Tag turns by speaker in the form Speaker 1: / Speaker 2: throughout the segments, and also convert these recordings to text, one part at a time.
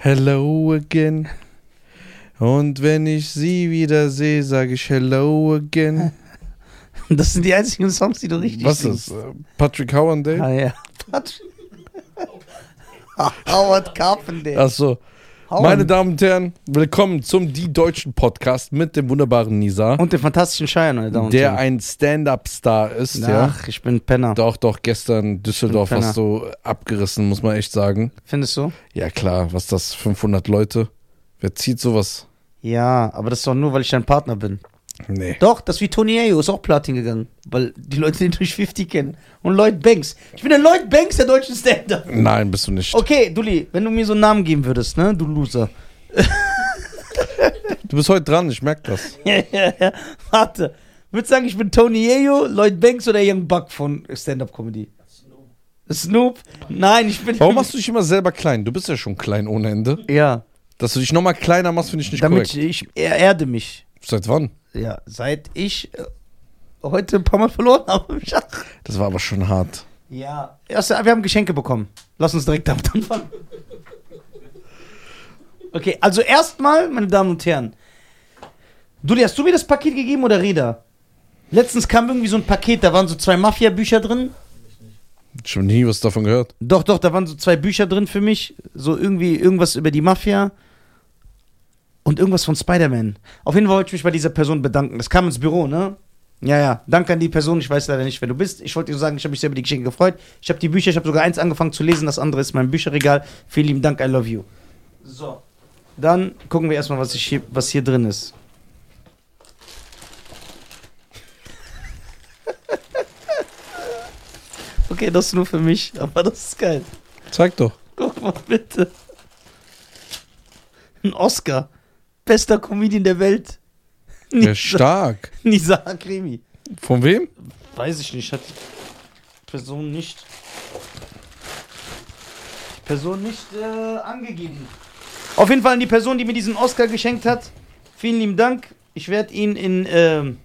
Speaker 1: Hello again. Und wenn ich sie wieder sehe, sage ich Hello again.
Speaker 2: Das sind die einzigen Songs, die du richtig
Speaker 1: Was
Speaker 2: singst.
Speaker 1: ist das? Patrick Howard?
Speaker 2: Ah, ja. Patsch. Howard Carpenter.
Speaker 1: Achso.
Speaker 2: Howard.
Speaker 1: Meine Damen und Herren, willkommen zum Die Deutschen Podcast mit dem wunderbaren Nisa,
Speaker 2: und den fantastischen Schein, meine Damen und
Speaker 1: der
Speaker 2: Herren.
Speaker 1: ein Stand-Up-Star ist. Ja.
Speaker 2: Ach, ich bin Penner.
Speaker 1: Doch, doch, gestern Düsseldorf
Speaker 2: Penner.
Speaker 1: hast du abgerissen, muss man echt sagen.
Speaker 2: Findest du?
Speaker 1: Ja, klar, was das? 500 Leute? Wer zieht sowas?
Speaker 2: Ja, aber das ist doch nur, weil ich dein Partner bin.
Speaker 1: Nee.
Speaker 2: Doch, das ist wie Tony Ayo, ist auch Platin gegangen. Weil die Leute den durch 50 kennen. Und Lloyd Banks. Ich bin der Lloyd Banks der deutschen Stand-Up.
Speaker 1: Nein, bist du nicht.
Speaker 2: Okay, Dulli, wenn du mir so einen Namen geben würdest, ne, du Loser.
Speaker 1: Du bist heute dran, ich merke das.
Speaker 2: Ja, ja, ja. Warte. Würdest du sagen, ich bin Tony Yeo, Lloyd Banks oder Young Buck von Stand-Up-Comedy? Snoop? Nein, ich bin.
Speaker 1: Warum machst du dich immer selber klein? Du bist ja schon klein ohne Ende.
Speaker 2: Ja,
Speaker 1: Dass du dich nochmal kleiner machst, finde ich nicht
Speaker 2: damit
Speaker 1: korrekt.
Speaker 2: ich, ich er- erde mich.
Speaker 1: Seit wann?
Speaker 2: Ja, seit ich äh, heute ein paar Mal verloren habe im Schach.
Speaker 1: Das war aber schon hart.
Speaker 2: Ja. Erst, wir haben Geschenke bekommen. Lass uns direkt damit anfangen. Okay, also erstmal, meine Damen und Herren. Dulli, hast du mir das Paket gegeben oder Reda? Letztens kam irgendwie so ein Paket, da waren so zwei Mafia-Bücher drin.
Speaker 1: Ich habe nie was davon gehört.
Speaker 2: Doch, doch, da waren so zwei Bücher drin für mich. So irgendwie irgendwas über die Mafia und irgendwas von Spider-Man. Auf jeden Fall wollte ich mich bei dieser Person bedanken. Das kam ins Büro, ne? Ja, ja. Danke an die Person. Ich weiß leider nicht, wer du bist. Ich wollte dir sagen, ich habe mich sehr über die Geschenke gefreut. Ich habe die Bücher, ich habe sogar eins angefangen zu lesen. Das andere ist mein Bücherregal. Vielen lieben Dank, I love you. So. Dann gucken wir erstmal, was, ich hier, was hier drin ist. Okay, das ist nur für mich, aber das ist geil.
Speaker 1: Zeig doch.
Speaker 2: Guck mal bitte. Ein Oscar. Bester Comedian der Welt.
Speaker 1: Ja, stark.
Speaker 2: Nisa Hakremi.
Speaker 1: Von wem?
Speaker 2: Weiß ich nicht, hat die Person nicht. Die Person nicht äh, angegeben. Auf jeden Fall an die Person, die mir diesen Oscar geschenkt hat. Vielen lieben Dank. Ich werde ihn in. ähm,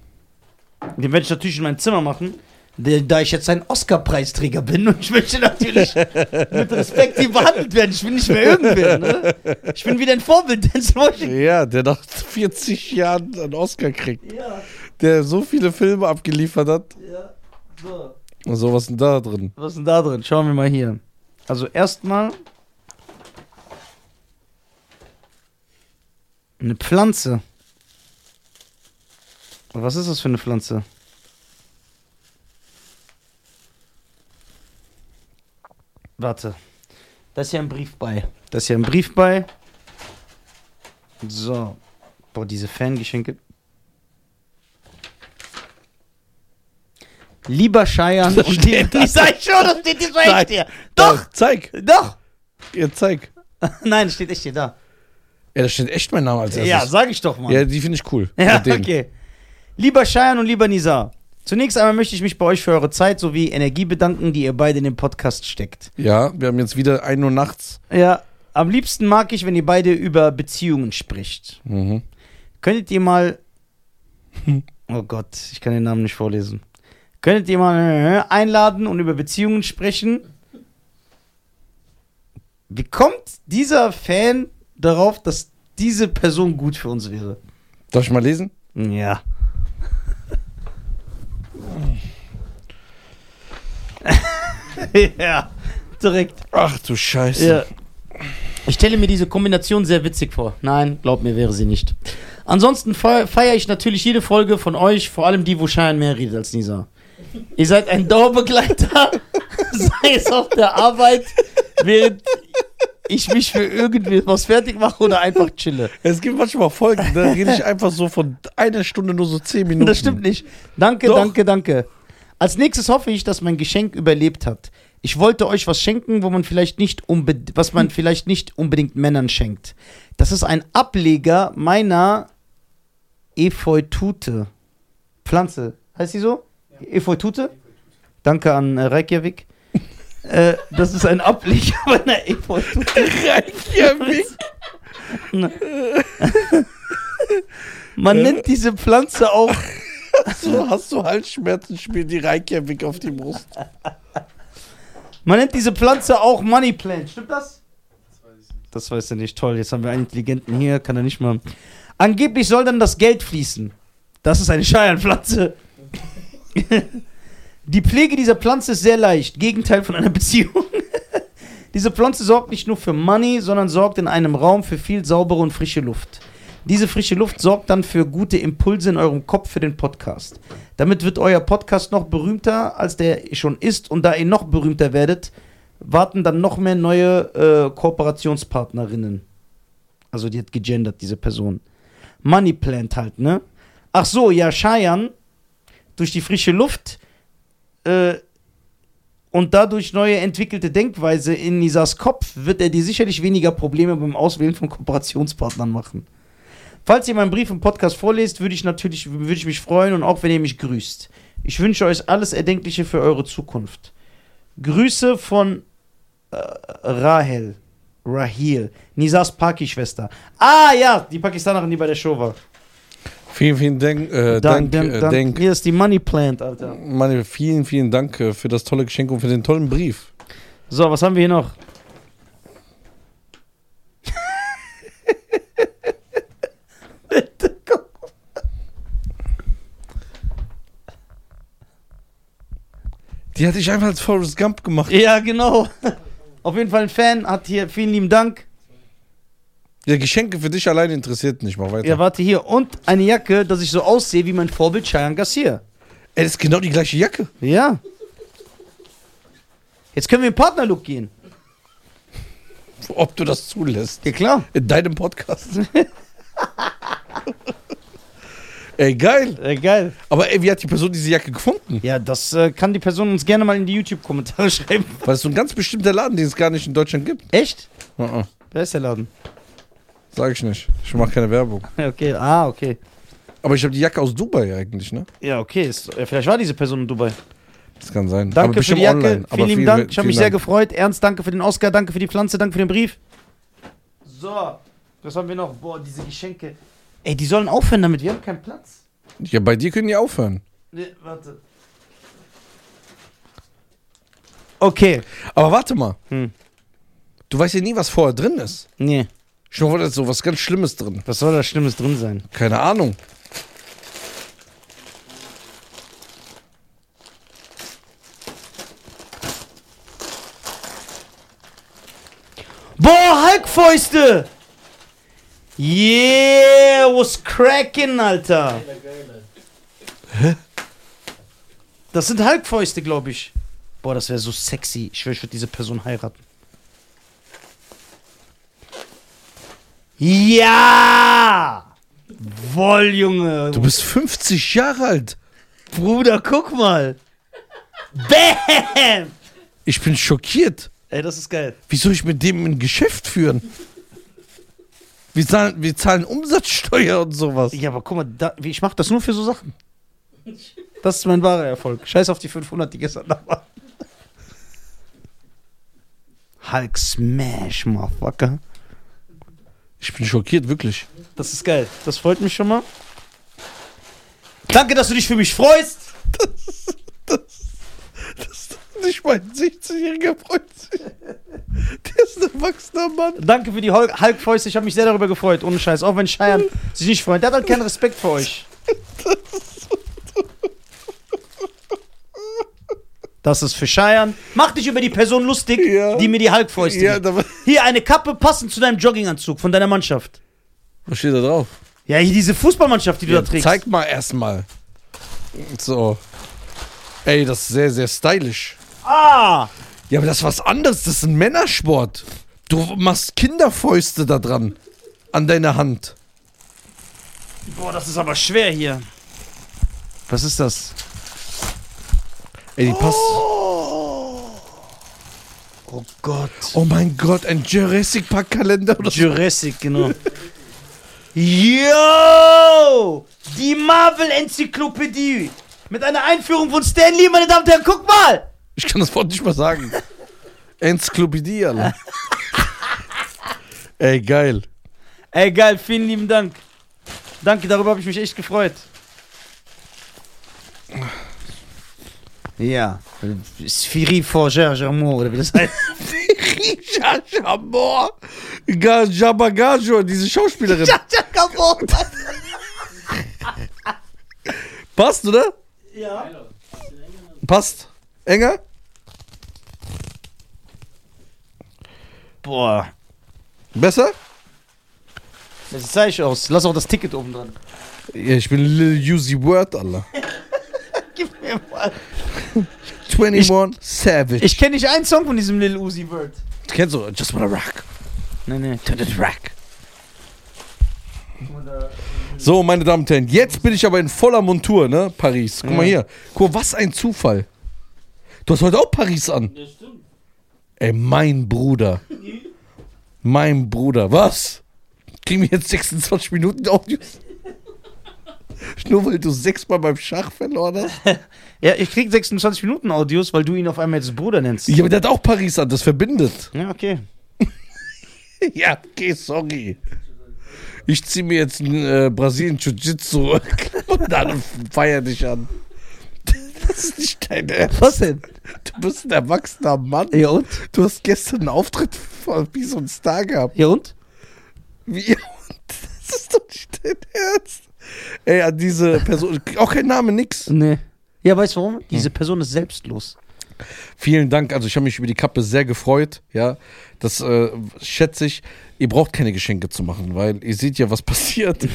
Speaker 2: den werde ich natürlich in mein Zimmer machen. der- Da ich jetzt ein Oscar-Preisträger bin und ich möchte natürlich mit Respekt hier behandelt werden. Ich bin nicht mehr irgendwer. Ne? Ich bin wieder ein Vorbild, Denzel Washington.
Speaker 1: Ja, der nach 40 Jahren einen Oscar kriegt.
Speaker 2: Ja,
Speaker 1: Der so viele Filme abgeliefert hat.
Speaker 2: ja. So.
Speaker 1: Und so was ist denn da drin?
Speaker 2: Was ist denn da drin? Schauen wir mal hier. Also erstmal eine Pflanze. Und Was ist das für eine Pflanze? Warte. Da ist ja ein Brief bei. Da ist ja ein Brief bei. So. Boah, diese Fangeschenke. Lieber Scheiern
Speaker 1: Das
Speaker 2: und
Speaker 1: steht
Speaker 2: lieber.
Speaker 1: da.
Speaker 2: Ich sag schon, das steht jetzt mal
Speaker 1: Nein.
Speaker 2: echt hier. Doch!
Speaker 1: Äh, Zeig.
Speaker 2: Doch!
Speaker 1: Ja, zeig.
Speaker 2: Nein, das steht echt hier da.
Speaker 1: Ja, da steht echt mein Name als
Speaker 2: Ja,
Speaker 1: erstes.
Speaker 2: sag ich doch mal.
Speaker 1: Ja, die finde ich cool.
Speaker 2: Ja,
Speaker 1: Mit denen.
Speaker 2: okay. Lieber Scheiern und lieber Nizar, zunächst einmal möchte ich mich bei euch für eure Zeit sowie Energie bedanken, die ihr beide in den Podcast steckt.
Speaker 1: Ja, wir haben jetzt wieder 1 Uhr nachts.
Speaker 2: Ja, am liebsten mag ich, wenn ihr beide über Beziehungen spricht.
Speaker 1: Mhm.
Speaker 2: Könntet ihr mal. Oh Gott, ich kann den Namen nicht vorlesen. Könntet ihr mal äh, einladen und über Beziehungen sprechen? Wie kommt dieser Fan darauf, dass diese Person gut für uns wäre?
Speaker 1: Darf ich mal lesen?
Speaker 2: Ja. ja, direkt.
Speaker 1: Ach du Scheiße.
Speaker 2: Ja. Ich stelle mir diese Kombination sehr witzig vor. Nein, glaub mir, wäre sie nicht. Ansonsten fe- feiere ich natürlich jede Folge von euch, vor allem die, wo Schein mehr redet als Nisa. Ihr seid ein Dauerbegleiter, sei es auf der Arbeit, während ich mich für irgendwas fertig mache oder einfach chille.
Speaker 1: Es gibt manchmal Folgen, da rede ich einfach so von einer Stunde nur so 10 Minuten.
Speaker 2: Das stimmt nicht. Danke,
Speaker 1: Doch.
Speaker 2: danke, danke. Als nächstes hoffe ich, dass mein Geschenk überlebt hat. Ich wollte euch was schenken, wo man vielleicht nicht unbed- was man vielleicht nicht unbedingt Männern schenkt. Das ist ein Ableger meiner Efeutute. Pflanze. Heißt die so? Efeutute? Danke an äh, Reykjavik. äh, das ist ein Ableger meiner Efeutute.
Speaker 1: Reykjavik. Äh.
Speaker 2: Man nennt diese Pflanze auch
Speaker 1: So hast du Halsschmerzen, spiel die Reykjavik auf die Brust.
Speaker 2: Man nennt diese Pflanze auch Money Plant. Stimmt das? Das weiß er nicht. Toll, jetzt haben wir einen Intelligenten hier, kann er nicht mal. Angeblich soll dann das Geld fließen. Das ist eine Scheiernpflanze. Die Pflege dieser Pflanze ist sehr leicht. Gegenteil von einer Beziehung. Diese Pflanze sorgt nicht nur für Money, sondern sorgt in einem Raum für viel saubere und frische Luft. Diese frische Luft sorgt dann für gute Impulse in eurem Kopf für den Podcast. Damit wird euer Podcast noch berühmter, als der schon ist. Und da ihr noch berühmter werdet, warten dann noch mehr neue äh, Kooperationspartnerinnen. Also die hat gegendert, diese Person. Money Plant halt, ne? Ach so, ja, Scheiern durch die frische Luft äh, und dadurch neue entwickelte Denkweise in Nisas Kopf wird er dir sicherlich weniger Probleme beim Auswählen von Kooperationspartnern machen. Falls ihr meinen Brief im Podcast vorlest, würde ich natürlich würde ich mich freuen und auch wenn ihr mich grüßt. Ich wünsche euch alles Erdenkliche für eure Zukunft. Grüße von äh, Rahel. Rahil. Nisas Paki-Schwester. Ah ja, die Pakistanerin, die bei der Show war.
Speaker 3: Vielen, vielen Dank, äh, Dank, äh, Dank.
Speaker 2: Hier ist die Money Plant, Alter.
Speaker 3: Manni, vielen, vielen Dank äh, für das tolle Geschenk und für den tollen Brief.
Speaker 2: So, was haben wir hier noch?
Speaker 3: Die hatte ich einfach als Forrest Gump gemacht.
Speaker 2: Ja, genau. Auf jeden Fall ein Fan hat hier vielen lieben Dank.
Speaker 3: Ja, Geschenke für dich allein interessiert nicht. Mach weiter.
Speaker 2: Ja, warte hier. Und eine Jacke, dass ich so aussehe wie mein Vorbild Cheyenne Garcia.
Speaker 3: Ey, das ist genau die gleiche Jacke.
Speaker 2: Ja. Jetzt können wir in Partnerlook gehen.
Speaker 3: Ob du das zulässt.
Speaker 2: Ja, klar.
Speaker 3: In deinem Podcast. ey, Äh, geil.
Speaker 2: Ja, geil.
Speaker 3: Aber ey, wie hat die Person diese Jacke gefunden?
Speaker 2: Ja, das äh, kann die Person uns gerne mal in die YouTube-Kommentare schreiben.
Speaker 3: Weil es so ein ganz bestimmter Laden, den es gar nicht in Deutschland gibt.
Speaker 2: Echt?
Speaker 3: Uh-uh.
Speaker 2: Wer ist der Laden?
Speaker 3: Sag ich nicht. Ich mache keine Werbung.
Speaker 2: Ja, Okay, ah, okay.
Speaker 3: Aber ich habe die Jacke aus Dubai eigentlich, ne?
Speaker 2: Ja, okay. Ist, ja, vielleicht war diese Person in Dubai.
Speaker 3: Das kann sein. Aber
Speaker 2: Danke für
Speaker 3: bestimmt
Speaker 2: die Jacke.
Speaker 3: online. Aber
Speaker 2: vielen lieben
Speaker 3: viel-
Speaker 2: Dank. Ich habe
Speaker 3: vielen
Speaker 2: mich sehr
Speaker 3: Dank.
Speaker 2: gefreut. Ernst, danke für den Oscar, danke für die Pflanze, danke für den Brief. So, was haben wir noch? Boah, diese Geschenke. Ey, die sollen aufhören damit. Wir haben keinen Platz.
Speaker 3: Ja, bei dir können die aufhören.
Speaker 2: Ne, warte. Okay.
Speaker 3: Aber warte mal.
Speaker 2: Hm.
Speaker 3: Du weißt ja nie, was vorher drin ist.
Speaker 2: Nee.
Speaker 3: Schon vor, da ist so was ganz Schlimmes drin.
Speaker 2: Was soll da Schlimmes drin sein?
Speaker 3: Keine Ahnung.
Speaker 2: Boah, Hulkfäuste! Yeah, was cracking, Alter. Das sind Hulkfäuste, glaube ich. Boah, das wäre so sexy. Ich schwöre, ich würde diese Person heiraten. Ja! Voll, Junge.
Speaker 3: Du bist 50 Jahre alt.
Speaker 2: Bruder, guck mal. Bam!
Speaker 3: Ich bin schockiert.
Speaker 2: Ey, das ist geil.
Speaker 3: Wie soll ich mit dem ein Geschäft führen? Wir zahlen, wir zahlen Umsatzsteuer und sowas.
Speaker 2: Ja, aber guck mal, da, wie- ich mache das nur für so Sachen. Das ist mein wahrer Erfolg. Scheiß auf die 500, die gestern da waren. Hulk Smash, Motherfucker.
Speaker 3: Ich bin schockiert, wirklich.
Speaker 2: Das ist geil. Das freut mich schon mal. Danke, dass du dich für mich freust.
Speaker 3: Nicht mein 60-jähriger Freund. Der ist ein erwachsener Mann.
Speaker 2: Danke für die Hulk- Hulk-Fäuste. Ich habe mich sehr darüber gefreut. Ohne Scheiß. Auch wenn Scheiern sich nicht freut. Der hat halt keinen Respekt für euch. Das ist für Scheiern. Mach dich über die Person lustig,
Speaker 3: Ja.
Speaker 2: die mir die Hulk-Fäuste
Speaker 3: Ja,
Speaker 2: gibt.
Speaker 3: da,
Speaker 2: Hier, eine Kappe passend zu deinem Jogginganzug von deiner Mannschaft.
Speaker 3: was steht da drauf?
Speaker 2: Ja, hier diese Fußballmannschaft, die du
Speaker 3: Ja,
Speaker 2: da trägst.
Speaker 3: zeig mal erstmal. So. Ey, das ist sehr, sehr stylisch.
Speaker 2: Ah!
Speaker 3: Ja, aber das ist was anderes. Das ist ein Männersport. Du machst Kinderfäuste da dran. An deiner Hand.
Speaker 2: Boah, das ist aber schwer hier. Was ist das?
Speaker 3: Ey, die passt.
Speaker 2: Oh Gott.
Speaker 3: Oh mein Gott, ein Jurassic Park Kalender oder so.
Speaker 2: Jurassic, genau. Yo! Die Marvel-Enzyklopädie! Mit einer Einführung von Stan Lee, meine Damen und Herren, guck mal!
Speaker 3: Ich kann das Wort nicht mal sagen. Enzyklopädie, Alter. Ey, geil.
Speaker 2: Ey, geil, vielen lieben Dank. Danke, darüber habe ich mich echt gefreut. Ja, Sphiri Forger Germont, oder wie das heißt.
Speaker 3: Richard Chamor.
Speaker 1: Ga- Jabba Gajo, diese Schauspielerin. Passt, oder?
Speaker 2: Ja.
Speaker 1: Passt. Enger?
Speaker 2: Boah.
Speaker 1: Besser?
Speaker 2: Das sah ich aus. Lass auch das Ticket oben dran.
Speaker 1: Ja, ich bin Lil Uzi Word, Allah.
Speaker 2: Gib mir mal.
Speaker 1: 21 Savage.
Speaker 2: Ich kenne nicht einen Song von diesem Lil Uzi Vert.
Speaker 1: kennst du Just Wanna Rock.
Speaker 2: Nee, nee.
Speaker 1: To the Rock. So, meine Damen und Herren, jetzt bin ich aber in voller Montur, ne? Paris. Guck mal
Speaker 2: Ja.
Speaker 1: hier. Guck, mal, was ein Zufall. Du hast heute auch Paris an.
Speaker 4: Das stimmt.
Speaker 1: Ey, mein Bruder. mein Bruder, was? Kriegen wir jetzt 26 Minuten Audios? Nur weil du sechsmal beim Schach verloren hast?
Speaker 2: Ja, ich krieg 26 Minuten Audios, weil du ihn auf einmal jetzt Bruder nennst.
Speaker 1: Ja, aber der hat auch Paris an, das verbindet.
Speaker 2: Ja, okay.
Speaker 1: ja, okay, sorry. Ich zieh mir jetzt ein äh, Brasilien Jiu-Jitsu und dann feier dich an. Das ist nicht dein Ernst.
Speaker 2: Was denn?
Speaker 1: Du bist ein erwachsener Mann.
Speaker 2: Ja und?
Speaker 1: Du hast gestern einen Auftritt von- wie so ein Star gehabt.
Speaker 2: Ja und?
Speaker 1: Wie? Das ist doch nicht dein Ernst. Ey, an diese Person, auch kein Name, nix.
Speaker 2: Nee. Hm. Ja, weißt du warum? Diese Person ist selbstlos.
Speaker 1: Vielen Dank, also ich habe mich über die Kappe sehr gefreut, ja. Das äh, schätze ich. Ihr braucht keine Geschenke zu machen, weil ihr seht ja, was passiert,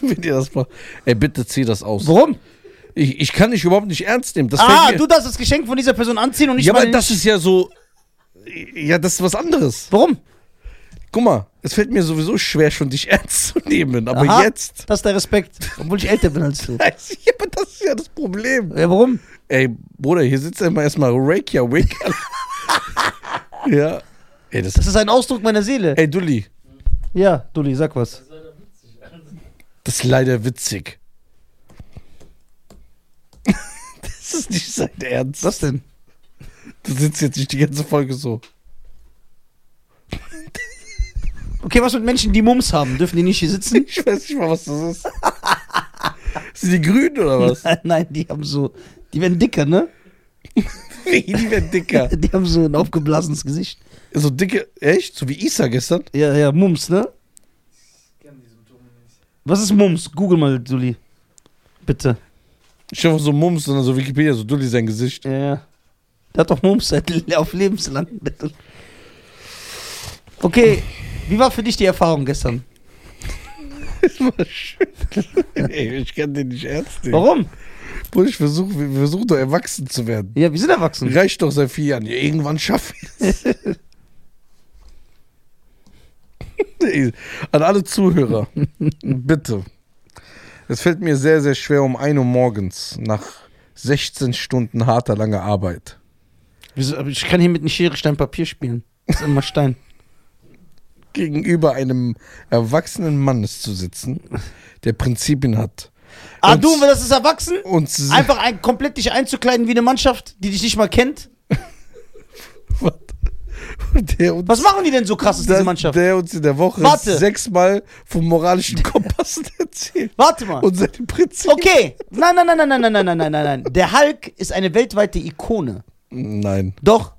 Speaker 1: wenn ihr das macht. Ey, bitte zieh das aus.
Speaker 2: Warum?
Speaker 1: Ich, ich kann dich überhaupt nicht ernst nehmen. Das
Speaker 2: ah,
Speaker 1: fällt mir-
Speaker 2: du darfst das Geschenk von dieser Person anziehen und nicht
Speaker 1: Ja,
Speaker 2: meine-
Speaker 1: aber das ist ja so. Ja, das ist was anderes.
Speaker 2: Warum?
Speaker 1: Guck mal, es fällt mir sowieso schwer, schon dich ernst zu nehmen. Aber
Speaker 2: Aha,
Speaker 1: jetzt.
Speaker 2: Das ist der Respekt. Obwohl ich älter bin als du.
Speaker 1: Ja, aber das ist ja das Problem.
Speaker 2: Ja, warum?
Speaker 1: Ey, Bruder, hier sitzt immer erstmal Reykjavik. ja. Ey, das,
Speaker 2: Das ist ein Ausdruck meiner Seele.
Speaker 1: ey, Dulli,
Speaker 2: Ja, Dulli, sag was.
Speaker 4: Das ist leider witzig. Also,
Speaker 1: das ist leider witzig. das ist nicht sein Ernst.
Speaker 2: Was denn?
Speaker 1: Du sitzt jetzt nicht die ganze Folge so.
Speaker 2: Okay, was mit Menschen, die Mums haben? Dürfen die nicht hier sitzen?
Speaker 1: Ich weiß nicht mal, was das ist. Sind die grün oder was?
Speaker 2: Nein, die haben so. Die werden dicker, ne?
Speaker 1: Wie, die werden dicker.
Speaker 2: Die haben so ein aufgeblasenes Gesicht.
Speaker 1: So dicke, echt? So wie Isa gestern?
Speaker 2: Ja, ja, Mums, ne?
Speaker 4: ich kenne die Symptome nicht.
Speaker 2: Was ist Mums? Google mal, Dulli. Bitte.
Speaker 1: Ich hoffe, so Mums, sondern so Wikipedia, so Dulli sein Gesicht.
Speaker 2: Ja, ja. Der hat doch Mums seit, auf lebenslang. Okay, wie war für dich die Erfahrung gestern?
Speaker 1: Das war schön. Ey, ich kann den nicht ernst nehmen.
Speaker 2: Warum?
Speaker 1: Bruder, ich versuche wir versuchen doch erwachsen zu werden.
Speaker 2: Ja, wir sind erwachsen.
Speaker 1: Reicht doch seit vier Jahren. Ja, irgendwann schaffe ich das. Ey, An alle Zuhörer, bitte. Es fällt mir sehr, sehr schwer um 1 Uhr morgens nach 16 Stunden harter, langer Arbeit.
Speaker 2: Wieso? Aber Ich kann hier mit einem Schere Stein Papier spielen. Das ist immer Stein.
Speaker 1: Gegenüber einem erwachsenen Mannes zu sitzen, der Prinzipien hat.
Speaker 2: ah,
Speaker 1: Und-
Speaker 2: du, das ist erwachsen?
Speaker 1: Und s-
Speaker 2: Einfach ein, komplett dich einzukleiden wie eine Mannschaft, die dich nicht mal kennt?
Speaker 1: der uns,
Speaker 2: Was machen die denn so krasses, diese Mannschaft?
Speaker 1: der uns in der Woche
Speaker 2: Warte.
Speaker 1: sechsmal vom moralischen Kompass erzählt.
Speaker 2: Warte mal.
Speaker 1: Und seine Prinzipien.
Speaker 2: Okay. Nein, nein, nein, nein, nein, nein, nein, nein, nein, nein, nein. Der Hulk ist eine weltweite Ikone.
Speaker 1: Nein,
Speaker 2: Doch.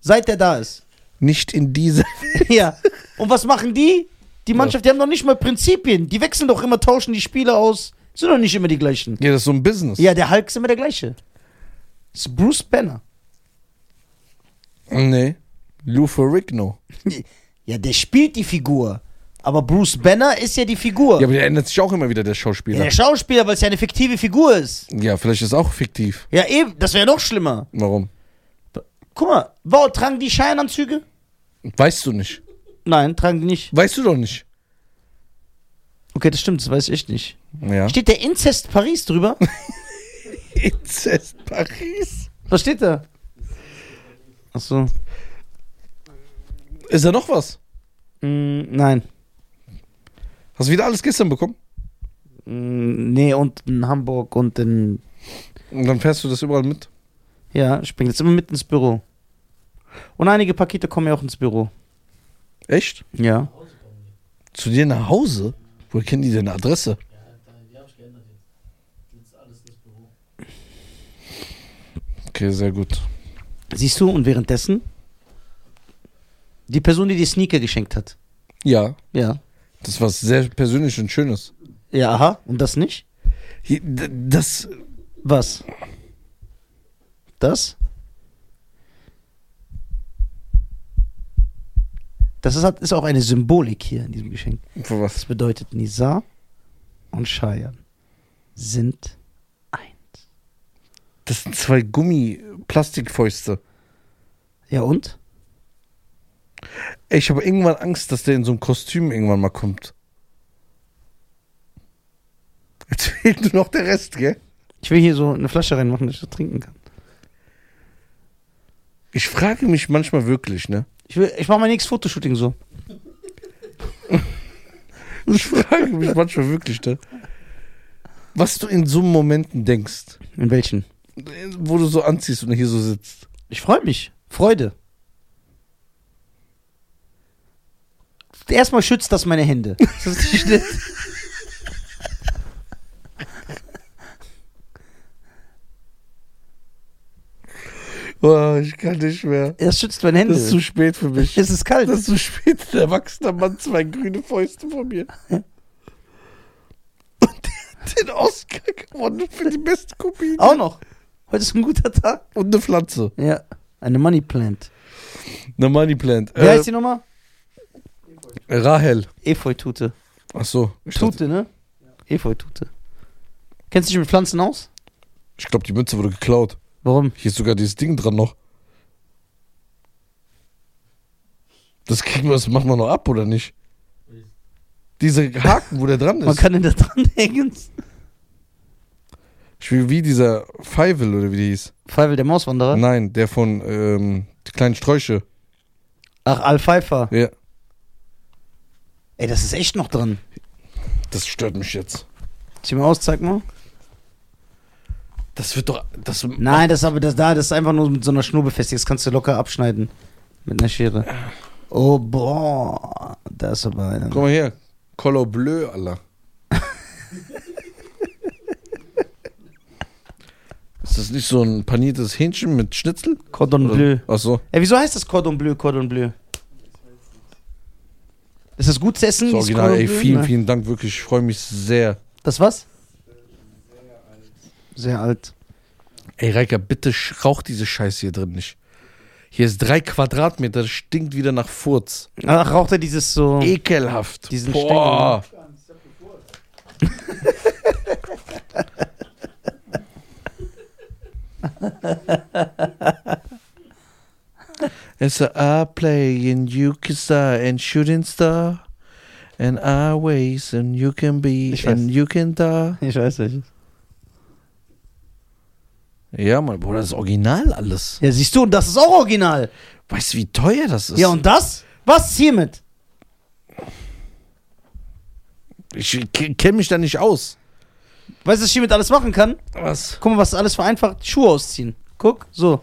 Speaker 2: Seit er da ist.
Speaker 1: nicht in dieser.
Speaker 2: Ja. Und was machen die? Die Mannschaft, die haben doch nicht mal Prinzipien. Die wechseln doch immer, tauschen die Spieler aus. Sind doch nicht immer die gleichen.
Speaker 1: Ja, das ist so ein Business.
Speaker 2: Ja, der Hulk ist immer der gleiche. Ist Bruce Banner.
Speaker 1: Nee. Lou Ferrigno.
Speaker 2: Ja, der spielt die Figur. Aber Bruce Banner ist ja die Figur.
Speaker 1: Ja, aber der ändert sich auch immer wieder, der
Speaker 2: Ja,
Speaker 1: Schauspieler.
Speaker 2: der Schauspieler, weil es ja eine fiktive Figur ist.
Speaker 1: Ja, vielleicht ist es auch fiktiv.
Speaker 2: Ja, eben, das wäre noch schlimmer.
Speaker 1: Warum?
Speaker 2: Guck mal, wow, tragen die Scheinanzüge?
Speaker 1: Weißt du nicht.
Speaker 2: Nein, tragen die nicht.
Speaker 1: Weißt du doch nicht.
Speaker 2: Okay, das stimmt, das weiß ich nicht.
Speaker 1: Ja.
Speaker 2: Steht der Inzest Paris drüber?
Speaker 1: Inzest Paris.
Speaker 2: Was steht da? Achso.
Speaker 1: Ist da noch was?
Speaker 2: Mm, nein.
Speaker 1: Hast du wieder alles gestern bekommen?
Speaker 2: Mm, nee, und in Hamburg und in.
Speaker 1: Und dann fährst du das überall mit.
Speaker 2: Ja, ich bin jetzt immer mit ins Büro. Und einige Pakete kommen ja auch ins Büro.
Speaker 1: Echt?
Speaker 2: Ja.
Speaker 4: Nach Hause kommen die.
Speaker 1: Zu dir nach Hause? Woher kennen die deine Adresse?
Speaker 4: Ja, da- die habe ich geändert jetzt. Jetzt ist alles ins Büro.
Speaker 1: Okay, sehr gut.
Speaker 2: Siehst du, und währenddessen? Die Person, die dir Sneaker geschenkt hat.
Speaker 3: Ja,
Speaker 2: Ja.
Speaker 3: das war sehr persönlich und schönes.
Speaker 2: Ja, aha. Und das nicht?
Speaker 3: Hier, d- Das,
Speaker 2: Was? Das? Das ist, hat- ist auch eine Symbolik hier in diesem Geschenk.
Speaker 3: für
Speaker 2: Das
Speaker 3: was?
Speaker 2: bedeutet, Nizar und Shayan sind eins.
Speaker 3: Das sind zwei Gummi-Plastikfäuste.
Speaker 2: Ja und?
Speaker 3: Ey, Ich habe irgendwann Angst, dass der in so einem Kostüm irgendwann mal kommt. Jetzt fehlt nur noch der Rest, gell?
Speaker 2: Ich will hier so eine Flasche reinmachen, dass ich das trinken kann.
Speaker 3: Ich frage mich manchmal wirklich, ne?
Speaker 2: Ich, will- ich mache mein nächstes Fotoshooting so.
Speaker 3: Ich frage mich manchmal wirklich, ne? Was du in so Momenten denkst,
Speaker 2: In welchen?
Speaker 3: wo du so anziehst und hier so sitzt.
Speaker 2: Ich freue mich. Freude. Erstmal schützt das meine Hände. Das ist nicht nett.
Speaker 3: Oh, ich kann nicht mehr.
Speaker 2: Das schützt meine Hände.
Speaker 3: Das ist zu spät für mich.
Speaker 2: es ist kalt.
Speaker 3: Das ist zu spät. Der erwachsene Mann, zwei grüne Fäuste von mir. Und der hat den Oscar gewonnen für die beste Kopie.
Speaker 2: Auch noch. Heute ist ein guter Tag.
Speaker 3: Und eine Pflanze.
Speaker 2: Ja. Eine Money Plant.
Speaker 3: Eine Money Plant. Äh,
Speaker 2: Wie heißt die nochmal?
Speaker 3: Rahel.
Speaker 2: Efeutute.
Speaker 3: Ach so. Ich, dachte-
Speaker 2: Tute, ne? Efeutute. Kennst du dich mit Pflanzen aus?
Speaker 3: ich glaube, die Münze wurde geklaut.
Speaker 2: Warum?
Speaker 3: Hier ist sogar dieses Ding dran noch. Das kriegen wir, das machen wir noch ab, oder nicht? Dieser Haken, wo der dran
Speaker 2: Man
Speaker 3: ist.
Speaker 2: kann ihn da dran hängen.
Speaker 3: Ich will wie dieser Feivel, oder wie die hieß.
Speaker 2: Pfeifel der Mauswanderer.
Speaker 3: Nein, der von ähm, die kleinen Sträuche.
Speaker 2: Ach, Al Pfeiffer.
Speaker 3: Ja.
Speaker 2: Ey, das ist echt noch dran.
Speaker 3: Das stört mich jetzt.
Speaker 2: Zieh mal aus, zeig mal.
Speaker 3: Das wird doch. Das,
Speaker 2: Nein, das ist aber das da, das ist einfach nur mit so einer Schnur befestigt. Das kannst du locker abschneiden. Mit einer Schere. Oh boah. Da ist aber
Speaker 3: Guck
Speaker 2: einer.
Speaker 3: mal her. Color Bleu, Alter. Ist das nicht so ein paniertes Hähnchen mit Schnitzel?
Speaker 2: Cordon
Speaker 3: Oder-
Speaker 2: bleu.
Speaker 3: Ach so.
Speaker 2: Ey, wieso heißt das Cordon bleu, Cordon bleu? Ist das gut zu essen?
Speaker 3: Das
Speaker 2: dieses
Speaker 3: Original,
Speaker 2: Cordon
Speaker 3: ey,
Speaker 2: bleu?
Speaker 3: vielen,
Speaker 2: Nein.
Speaker 3: vielen Dank, wirklich. Ich freue mich sehr.
Speaker 2: Das was? Sehr alt.
Speaker 3: Ey, Reika, bitte sch- rauch diese Scheiße hier drin nicht. Hier ist drei Quadratmeter, das stinkt wieder nach Furz.
Speaker 2: Ach, raucht er dieses so.
Speaker 3: E Ekelhaft.
Speaker 2: Diesen
Speaker 3: Boah. It's a I play and you can star and shooting star and I ways and you can be
Speaker 2: Ich weiß.
Speaker 3: and you can da.
Speaker 2: Ich weiß nicht.
Speaker 3: Ja, mein Bruder, das ist original alles.
Speaker 2: Ja, siehst du, und das ist auch original.
Speaker 3: Weißt du, wie teuer das ist?
Speaker 2: ja, und das? Was ist hiermit?
Speaker 3: ich kenne mich da nicht aus.
Speaker 2: Weißt du, was ich hiermit alles machen kann?
Speaker 3: Was?
Speaker 2: Guck mal, was alles vereinfacht. Schuhe ausziehen. Guck, so.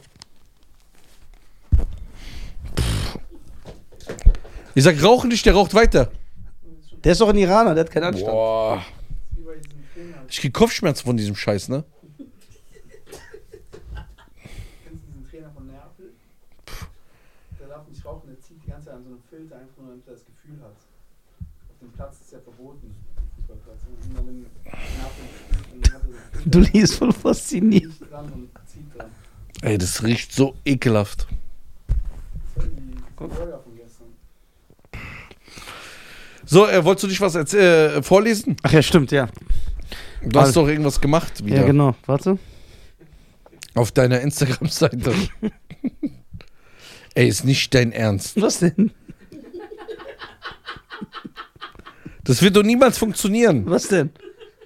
Speaker 3: Ich sag, rauch nicht, der raucht weiter.
Speaker 2: Der ist doch ein Iraner, der hat keinen Anstand.
Speaker 3: Boah. Ich krieg Kopfschmerzen von diesem Scheiß, ne?
Speaker 5: Kennst du diesen Trainer von Neapel? Der darf nicht rauchen, der zieht die ganze Zeit an so einem Filter einfach nur, damit er das Gefühl hat. Auf dem Platz ist ja verboten, auf dem Fußballplatz. Und immer wenn Neapel spielt, dann hat er so einen Filter,
Speaker 2: Du liest voll faszinierend.
Speaker 5: riecht dran und zieht dran.
Speaker 3: Ey, das riecht so ekelhaft.
Speaker 5: Das war die die Burger von gestern.
Speaker 3: So, äh, wolltest du nicht was erz- äh, vorlesen?
Speaker 2: Ach ja, stimmt, ja.
Speaker 3: Du hast doch irgendwas gemacht wieder
Speaker 2: Ja, genau. Warte.
Speaker 3: auf deiner Instagram-Seite. Ey, ist nicht dein Ernst.
Speaker 2: Was denn?
Speaker 3: Das wird doch niemals funktionieren.
Speaker 2: Was denn?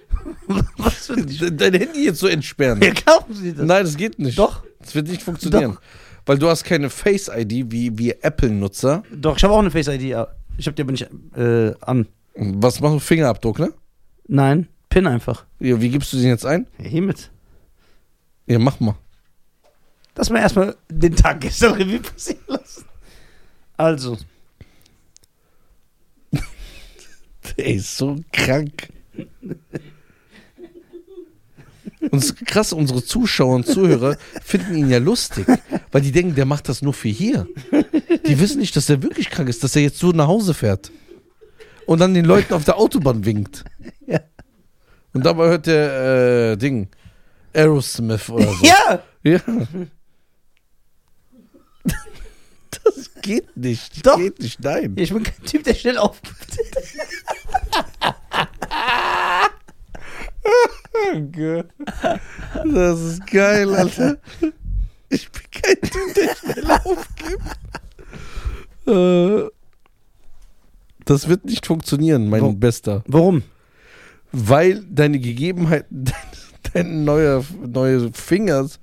Speaker 2: was für
Speaker 3: De- Dein Handy jetzt so entsperren.
Speaker 2: Ja, glauben Sie das?
Speaker 3: Nein, das geht nicht.
Speaker 2: Doch.
Speaker 3: Das wird nicht funktionieren.
Speaker 2: Doch.
Speaker 3: Weil du hast keine Face-ID wie wir Apple-Nutzer.
Speaker 2: Doch, ich habe auch eine Face ID. aber Ich habe die aber nicht äh, an.
Speaker 3: Was machst du? Fingerabdruck, ne?
Speaker 2: Nein, PIN einfach.
Speaker 3: Ja, wie gibst du den jetzt ein?
Speaker 2: Ja, hiermit.
Speaker 3: Ja, mach mal.
Speaker 2: Lass mal erstmal den Tag gestern Revue passieren lassen. Also,
Speaker 3: Ey, ist so krank. Und es ist krass, unsere Zuschauer und Zuhörer finden ihn ja lustig, weil die denken, der macht das nur für hier. Die wissen nicht, dass er wirklich krank ist, dass er jetzt so nach Hause fährt. und dann den Leuten auf der Autobahn winkt.
Speaker 2: Ja.
Speaker 3: Und dabei hört der äh, Ding Aerosmith oder so.
Speaker 2: Ja!
Speaker 3: Ja. Das geht nicht.
Speaker 2: Doch.
Speaker 3: Geht nicht, nein.
Speaker 2: Ich bin kein Typ, der schnell auf.
Speaker 3: Das ist geil, Alter. Ich bin kein Typ, der schnell aufgibt. Äh, Das wird nicht funktionieren, mein
Speaker 2: Wo-
Speaker 3: Bester.
Speaker 2: Warum?
Speaker 3: Weil deine Gegebenheiten, dein, dein neuer neue Fingers.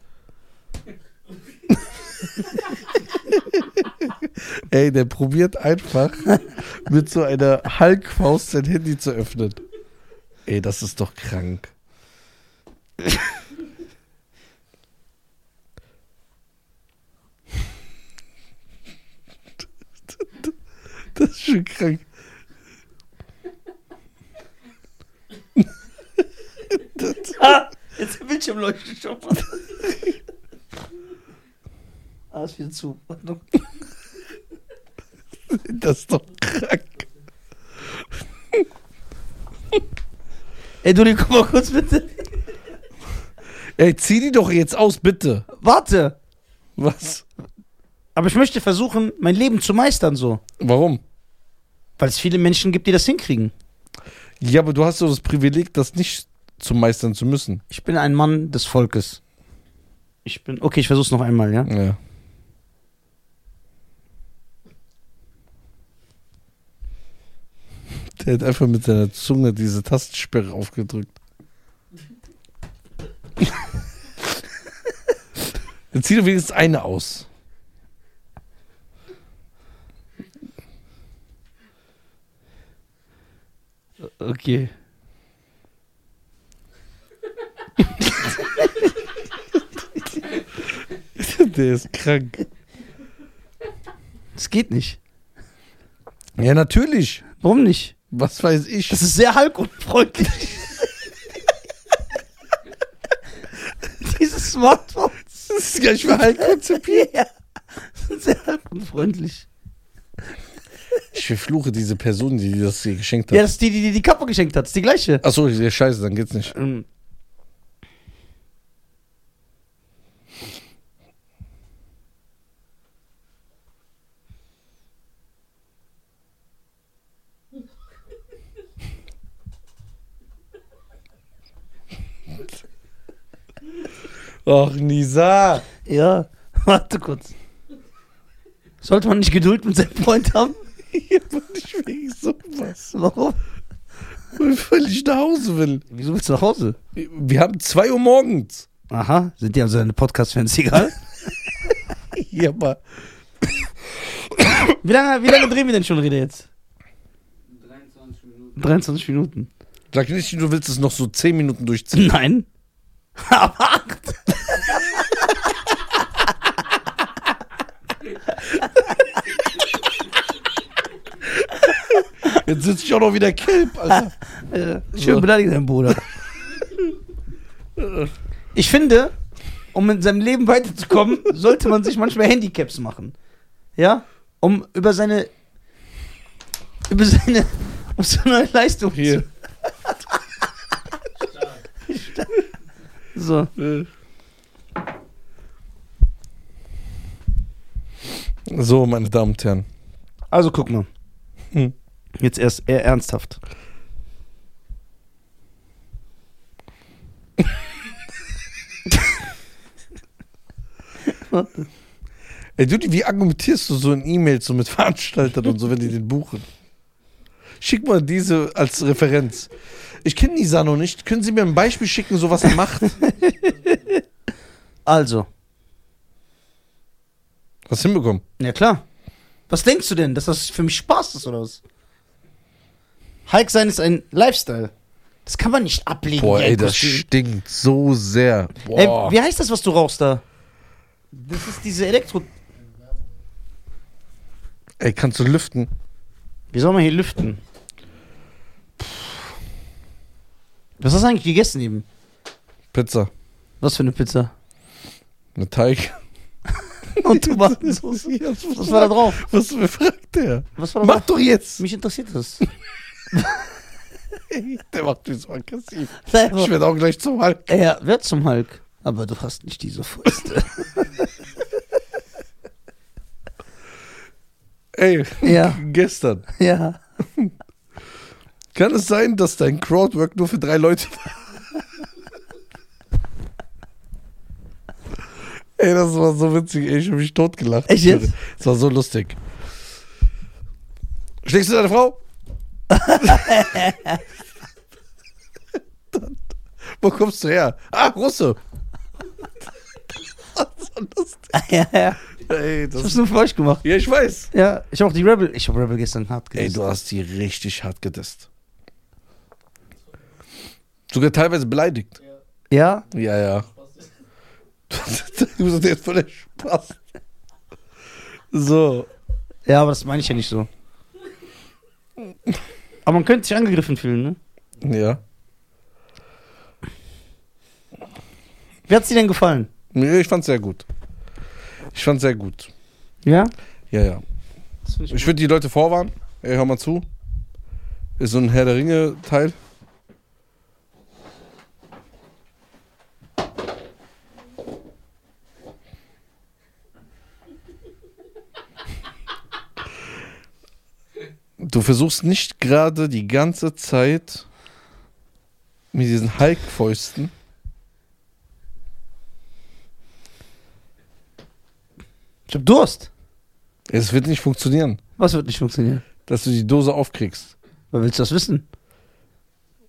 Speaker 3: Ey, der probiert einfach mit so einer Hulk-Faust sein Handy zu öffnen. Ey, das ist doch krank. Das ist schon krank.
Speaker 2: Ah, jetzt der Bildschirm leuchtet schon. ah, ist wieder zu. Warte.
Speaker 3: Das ist doch krank.
Speaker 2: Ey, Dudi, komm mal kurz bitte.
Speaker 3: Ey, zieh die doch jetzt aus, bitte.
Speaker 2: Warte!
Speaker 3: Was?
Speaker 2: Aber ich möchte versuchen, mein Leben zu meistern so.
Speaker 3: Warum?
Speaker 2: Weil es viele Menschen gibt, die das hinkriegen.
Speaker 3: Ja, aber du hast so das Privileg, das nicht zu meistern zu müssen.
Speaker 2: Ich bin ein Mann des Volkes. Ich bin. Okay, ich versuch's noch einmal, ja?
Speaker 3: Ja. Der hat einfach mit seiner Zunge diese Tastensperre aufgedrückt. Dann zieh doch wenigstens eine aus.
Speaker 2: Okay.
Speaker 3: Der ist krank.
Speaker 2: Es geht nicht.
Speaker 3: Ja, natürlich.
Speaker 2: Warum nicht?
Speaker 3: Was weiß ich.
Speaker 2: Das ist sehr halkunfreundlich. Dieses Smartphone
Speaker 3: ist gar nicht mehr halt konzipiert.
Speaker 2: ja, ist sehr halkunfreundlich.
Speaker 3: Ich verfluche diese Person, die dir das hier geschenkt hat.
Speaker 2: Ja, das ist die, die dir die Kappe geschenkt hat. Das ist die gleiche.
Speaker 3: Achso, ja, scheiße, dann geht's nicht.
Speaker 2: Ähm,
Speaker 3: Ach, Nisa.
Speaker 2: ja, warte kurz. Sollte man nicht Geduld mit seinem Freund haben?
Speaker 3: Hier bin ich wegen sowas.
Speaker 2: Warum?
Speaker 3: Weil ich nach Hause will.
Speaker 2: Wieso willst du nach Hause?
Speaker 3: Wir haben 2 Uhr morgens.
Speaker 2: Aha, sind dir also deine Podcast-Fans egal?
Speaker 3: Ja, aber
Speaker 2: Wie lange, wie lange drehen wir denn schon, Rede, jetzt?
Speaker 5: 23 Minuten.
Speaker 2: 23 Minuten.
Speaker 3: sag nicht, du willst es noch so 10 Minuten durchziehen.
Speaker 2: Nein. Aber acht.
Speaker 3: Jetzt sitze ich auch noch wieder Kelp, Alter.
Speaker 2: Äh, schön beleidigt dein Bruder. Ich finde, um in seinem Leben weiterzukommen, sollte man sich manchmal Handicaps machen. Ja? Um über seine. Über seine. Um so eine Leistung
Speaker 3: Hier.
Speaker 2: zu. So.
Speaker 3: Äh. So, meine Damen und Herren.
Speaker 2: Also guck mal.
Speaker 3: Hm.
Speaker 2: Jetzt erst eher ernsthaft.
Speaker 3: Ey, Dude, wie argumentierst du so in E-Mails so mit Veranstaltern und so, wenn die den buchen? Schick mal diese als Referenz. Ich kenne Nisa noch nicht. Können Sie mir ein Beispiel schicken, so was er macht?
Speaker 2: Also.
Speaker 3: Hast hinbekommen?
Speaker 2: Ja, klar. Was denkst du denn, dass das für mich Spaß ist oder was? Hike sein ist ein Lifestyle. Das kann man nicht ablegen.
Speaker 3: Boah,
Speaker 2: wie ein
Speaker 3: ey, das
Speaker 2: Kostüm.
Speaker 3: stinkt so sehr.
Speaker 2: Ey,
Speaker 3: Boah.
Speaker 2: wie heißt das, was du rauchst da? Das ist diese Elektro.
Speaker 3: Ey, kannst du lüften?
Speaker 2: Wie soll man hier lüften? Was hast du eigentlich gegessen eben?
Speaker 3: Pizza,
Speaker 2: Was für eine Pizza?
Speaker 3: eine Teig.
Speaker 2: Und Tomatensauce.
Speaker 3: was,
Speaker 2: Was war da drauf?
Speaker 3: Was fragt der?
Speaker 2: Was war da
Speaker 3: Mach
Speaker 2: drauf?
Speaker 3: doch jetzt.
Speaker 2: Mich interessiert das.
Speaker 3: Der macht mich so aggressiv. Ich
Speaker 2: Selber.
Speaker 3: werde auch gleich zum Hulk.
Speaker 2: Er wird zum Hulk. Aber du hast nicht diese Fäuste.
Speaker 3: Ey,
Speaker 2: Ja.
Speaker 3: gestern.
Speaker 2: ja.
Speaker 3: Kann es sein, dass dein Crowdwork nur für drei Leute war? Ey, das war so witzig. Ey, ich habe mich totgelacht.
Speaker 2: Echt jetzt?
Speaker 3: Das war so lustig. Schlägst du deine Frau? Dann, Wo kommst du her? Ah, Russe. Das war lustig.
Speaker 2: ja, ja.
Speaker 3: Ey,
Speaker 2: Ich
Speaker 3: das
Speaker 2: hab's nur für euch gemacht.
Speaker 3: ja, ich weiß.
Speaker 2: Ja, ich hab auch die Rebel. Ich hab Rebel gestern hart
Speaker 3: Ey,
Speaker 2: gelesen.
Speaker 3: du hast die richtig hart gedisst. Sogar teilweise beleidigt.
Speaker 2: Ja?
Speaker 3: Ja, ja. du bist jetzt voll der Spaß. So.
Speaker 2: Ja, aber das meine ich ja nicht so. Aber man könnte sich angegriffen fühlen, ne?
Speaker 3: Ja.
Speaker 2: Wie hat's dir denn gefallen?
Speaker 3: Nee, Ich fand's sehr gut. Ich fand's sehr gut.
Speaker 2: Ja?
Speaker 3: Ja, ja.
Speaker 2: Das find
Speaker 3: Ich würde die Leute vorwarnen. Ey, hör mal zu. Ist so ein Herr der Ringe-Teil. Du versuchst nicht gerade die ganze Zeit mit diesen Hulk-Fäusten.
Speaker 2: ich hab Durst.
Speaker 3: Es wird nicht funktionieren,
Speaker 2: Was wird nicht funktionieren?
Speaker 3: dass du die Dose aufkriegst,
Speaker 2: Weil willst du das wissen?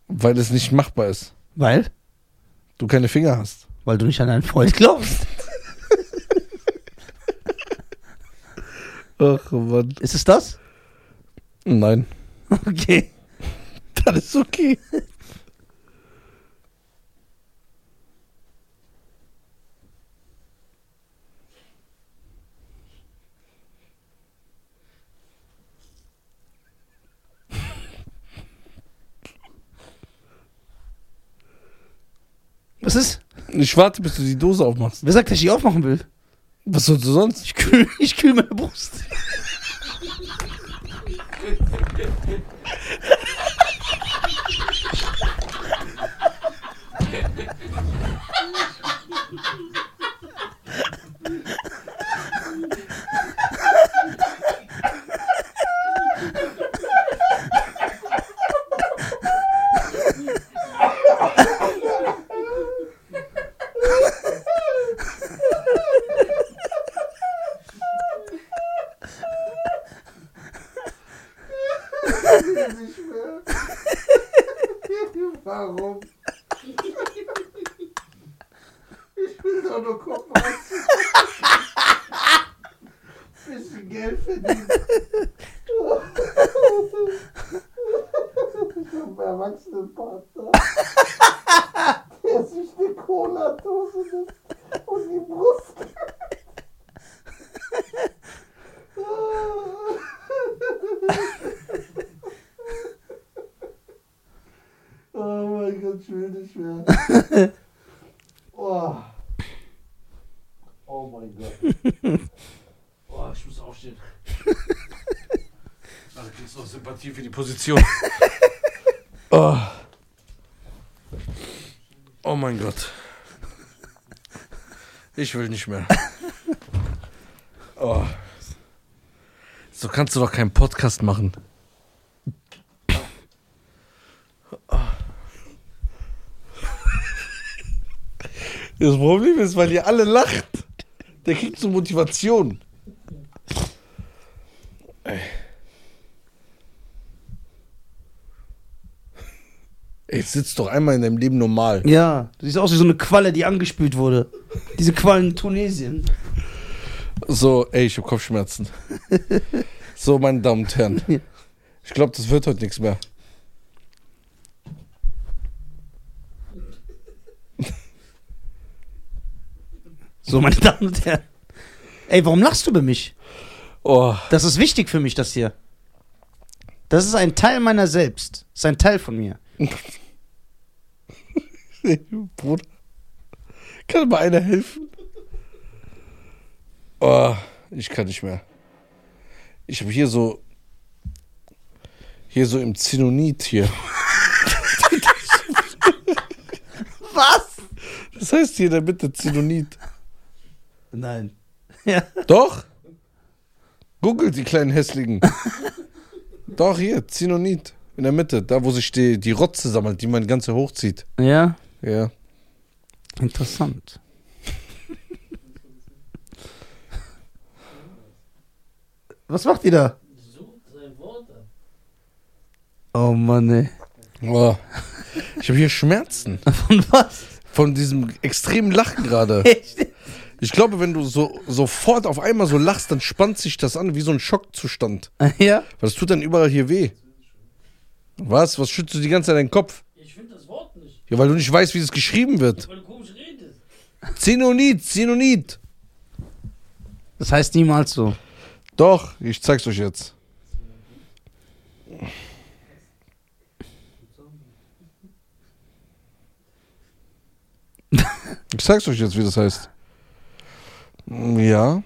Speaker 3: weil es nicht machbar ist.
Speaker 2: Weil?
Speaker 3: Du keine Finger hast.
Speaker 2: Weil du nicht an deinen Freund glaubst.
Speaker 3: Ach, Mann.
Speaker 2: Ist es das?
Speaker 3: Nein.
Speaker 2: Okay.
Speaker 3: Das ist okay.
Speaker 2: Was ist?
Speaker 3: Ich warte, bis du die Dose aufmachst.
Speaker 2: Wer sagt, dass ich die aufmachen will?
Speaker 3: Was sollst du sonst?
Speaker 2: Ich kühl, ich kühl meine Brust.
Speaker 5: Warum? Ich will doch nur gucken, was bisschen Geld verdienen. Ich habe einen Erwachsenenpartner, der sich eine Cola-Dose nimmt und die Brust. Oh mein Gott, ich will nicht mehr. Oh, oh mein Gott. Oh, ich muss aufstehen.
Speaker 3: Also kriegst du auch Sympathie für die Position. oh. oh mein Gott. Ich will nicht mehr. Oh. So kannst du doch keinen Podcast machen. Das Problem ist, weil ihr alle lacht. Der kriegt so Motivation. Ey, sitzt doch einmal in deinem Leben normal.
Speaker 2: Ja, du siehst aus wie so eine Qualle, die angespült wurde. Diese Quallen in Tunesien.
Speaker 3: So, ey, ich hab Kopfschmerzen. so, meine Damen und Herren. Ich glaube, das wird heute nichts mehr.
Speaker 2: So, meine Damen und Herren. Ey, warum lachst du über mich?
Speaker 3: Oh,
Speaker 2: Das ist wichtig für mich, das hier. Das ist ein Teil meiner selbst. Das ist ein Teil von mir.
Speaker 3: Bruder. Kann mal einer helfen? Oh, ich kann nicht mehr. Ich habe hier so. Hier so im Zinonit hier.
Speaker 2: Was?
Speaker 3: Das heißt hier in der Mitte Zinonit.
Speaker 2: Nein. Ja.
Speaker 3: Doch? Googelt die kleinen hässlichen. Doch, hier, Zinonit. In der Mitte, da wo sich die, die Rotze sammelt, die man ganze hochzieht.
Speaker 2: Ja.
Speaker 3: Ja.
Speaker 2: Interessant. Was macht ihr da?
Speaker 6: Sucht sein Wort ab.
Speaker 2: Oh Mann, ey.
Speaker 3: Oh. Ich habe hier Schmerzen.
Speaker 2: Von was?
Speaker 3: Von diesem extremen Lachen gerade.
Speaker 2: Echt?
Speaker 3: Ich glaube, wenn du so sofort auf einmal so lachst, dann spannt sich das an wie so ein Schockzustand.
Speaker 2: Ja.
Speaker 3: Weil es tut dann überall hier weh. Was? Was schützt du die ganze Zeit deinen Kopf?
Speaker 6: Ich finde das Wort nicht,
Speaker 3: Ja, weil du nicht weißt, wie das geschrieben wird.
Speaker 6: weil du komisch redest.
Speaker 3: Zenonit, Zenonit.
Speaker 2: Das heißt niemals so.
Speaker 3: Doch, ich zeig's euch jetzt. Ich zeig's euch jetzt, wie das heißt. Mm, Ja.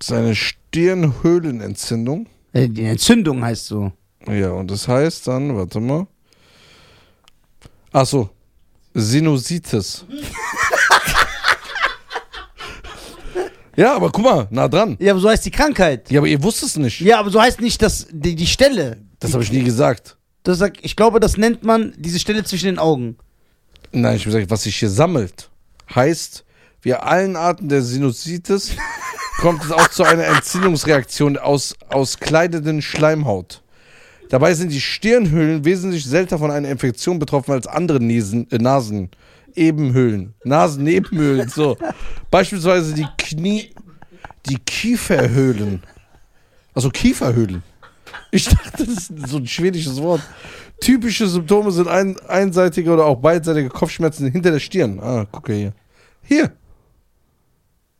Speaker 3: Das ist eine Stirnhöhlenentzündung.
Speaker 2: Äh, die Entzündung heißt so.
Speaker 3: Ja, und das heißt dann, warte mal. Ach so, Sinusitis. ja, aber guck mal, nah dran.
Speaker 2: Ja, aber so heißt die Krankheit.
Speaker 3: Ja, aber ihr wusst es nicht.
Speaker 2: Ja, aber so heißt nicht das, die, die Stelle.
Speaker 3: Das habe ich nie gesagt.
Speaker 2: Das, sagt- ich glaube, das nennt man diese Stelle zwischen den Augen.
Speaker 3: Nein, ich habe gesagt, was sich hier sammelt, heißt, wir allen Arten der Sinusitis kommt es auch zu einer Entzündungsreaktion aus, aus kleidenden Schleimhaut. Dabei sind die Stirnhöhlen wesentlich seltener von einer Infektion betroffen als andere Niesen, äh, Nasen. Ebenhöhlen, Nasennebenhöhlen, so. Beispielsweise die Knie, die Kieferhöhlen. Also Kieferhöhlen. Ich dachte, das ist so ein schwedisches Wort. Typische Symptome sind ein, einseitige oder auch beidseitige Kopfschmerzen hinter der Stirn. Ah, gucke hier. Hier.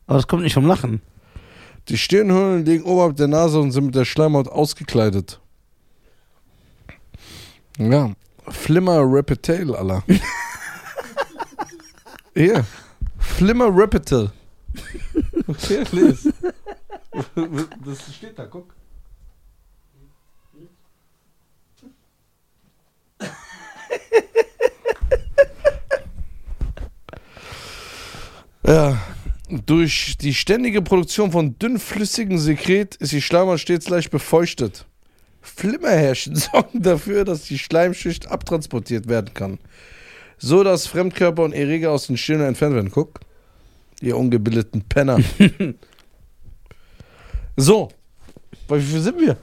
Speaker 2: Aber das kommt nicht vom Lachen.
Speaker 3: Die Stirnhöhlen liegen oberhalb der Nase und sind mit der Schleimhaut ausgekleidet. Ja. Flimmer Repetail, Alter. Hier. Flimmer Repetail. Hier, les. Das steht da, guck. Ja. Durch die ständige Produktion von dünnflüssigem Sekret ist die Schleimhaut stets leicht befeuchtet. Flimmerhärchen sorgen dafür, dass die Schleimschicht abtransportiert werden kann. So dass Fremdkörper und Erreger aus den Stirn entfernt werden. Guck, ihr ungebildeten Penner. so, bei wie viel sind wir?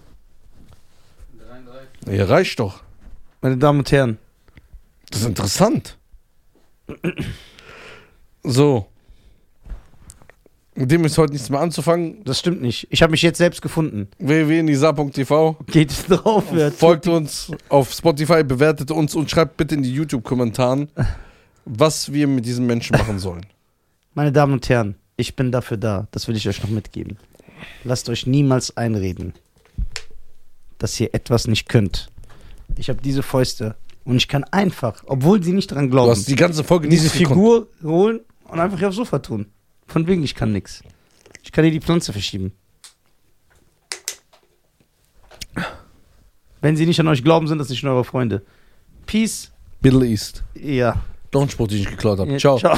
Speaker 5: 33.
Speaker 3: Ja, reicht doch.
Speaker 2: Meine Damen und Herren.
Speaker 3: Das ist interessant. So. Mit dem ist heute nichts mehr anzufangen.
Speaker 2: Das stimmt nicht. Ich habe mich jetzt selbst gefunden.
Speaker 3: www.nisa.tv
Speaker 2: Geht es drauf, wer
Speaker 3: Folgt uns auf Spotify, bewertet uns und schreibt bitte in die YouTube-Kommentaren, was wir mit diesen Menschen machen sollen.
Speaker 2: Meine Damen und Herren, ich bin dafür da. Das will ich euch noch mitgeben. Lasst euch niemals einreden, dass ihr etwas nicht könnt. Ich habe diese Fäuste und ich kann einfach, obwohl sie nicht dran
Speaker 3: Du
Speaker 2: glauben,
Speaker 3: hast die ganze Folge nicht
Speaker 2: diese
Speaker 3: gekonnt.
Speaker 2: Figur holen und einfach hier aufs Sofa tun. Von wegen, ich kann nix. Ich kann hier die Pflanze verschieben. Wenn sie nicht an euch glauben, sind das nicht nur eure Freunde. Peace.
Speaker 3: Middle East.
Speaker 2: Ja.
Speaker 3: Doch ein Spruch, den ich geklaut habe.
Speaker 2: Ja,
Speaker 3: Ciao.
Speaker 2: Ciao.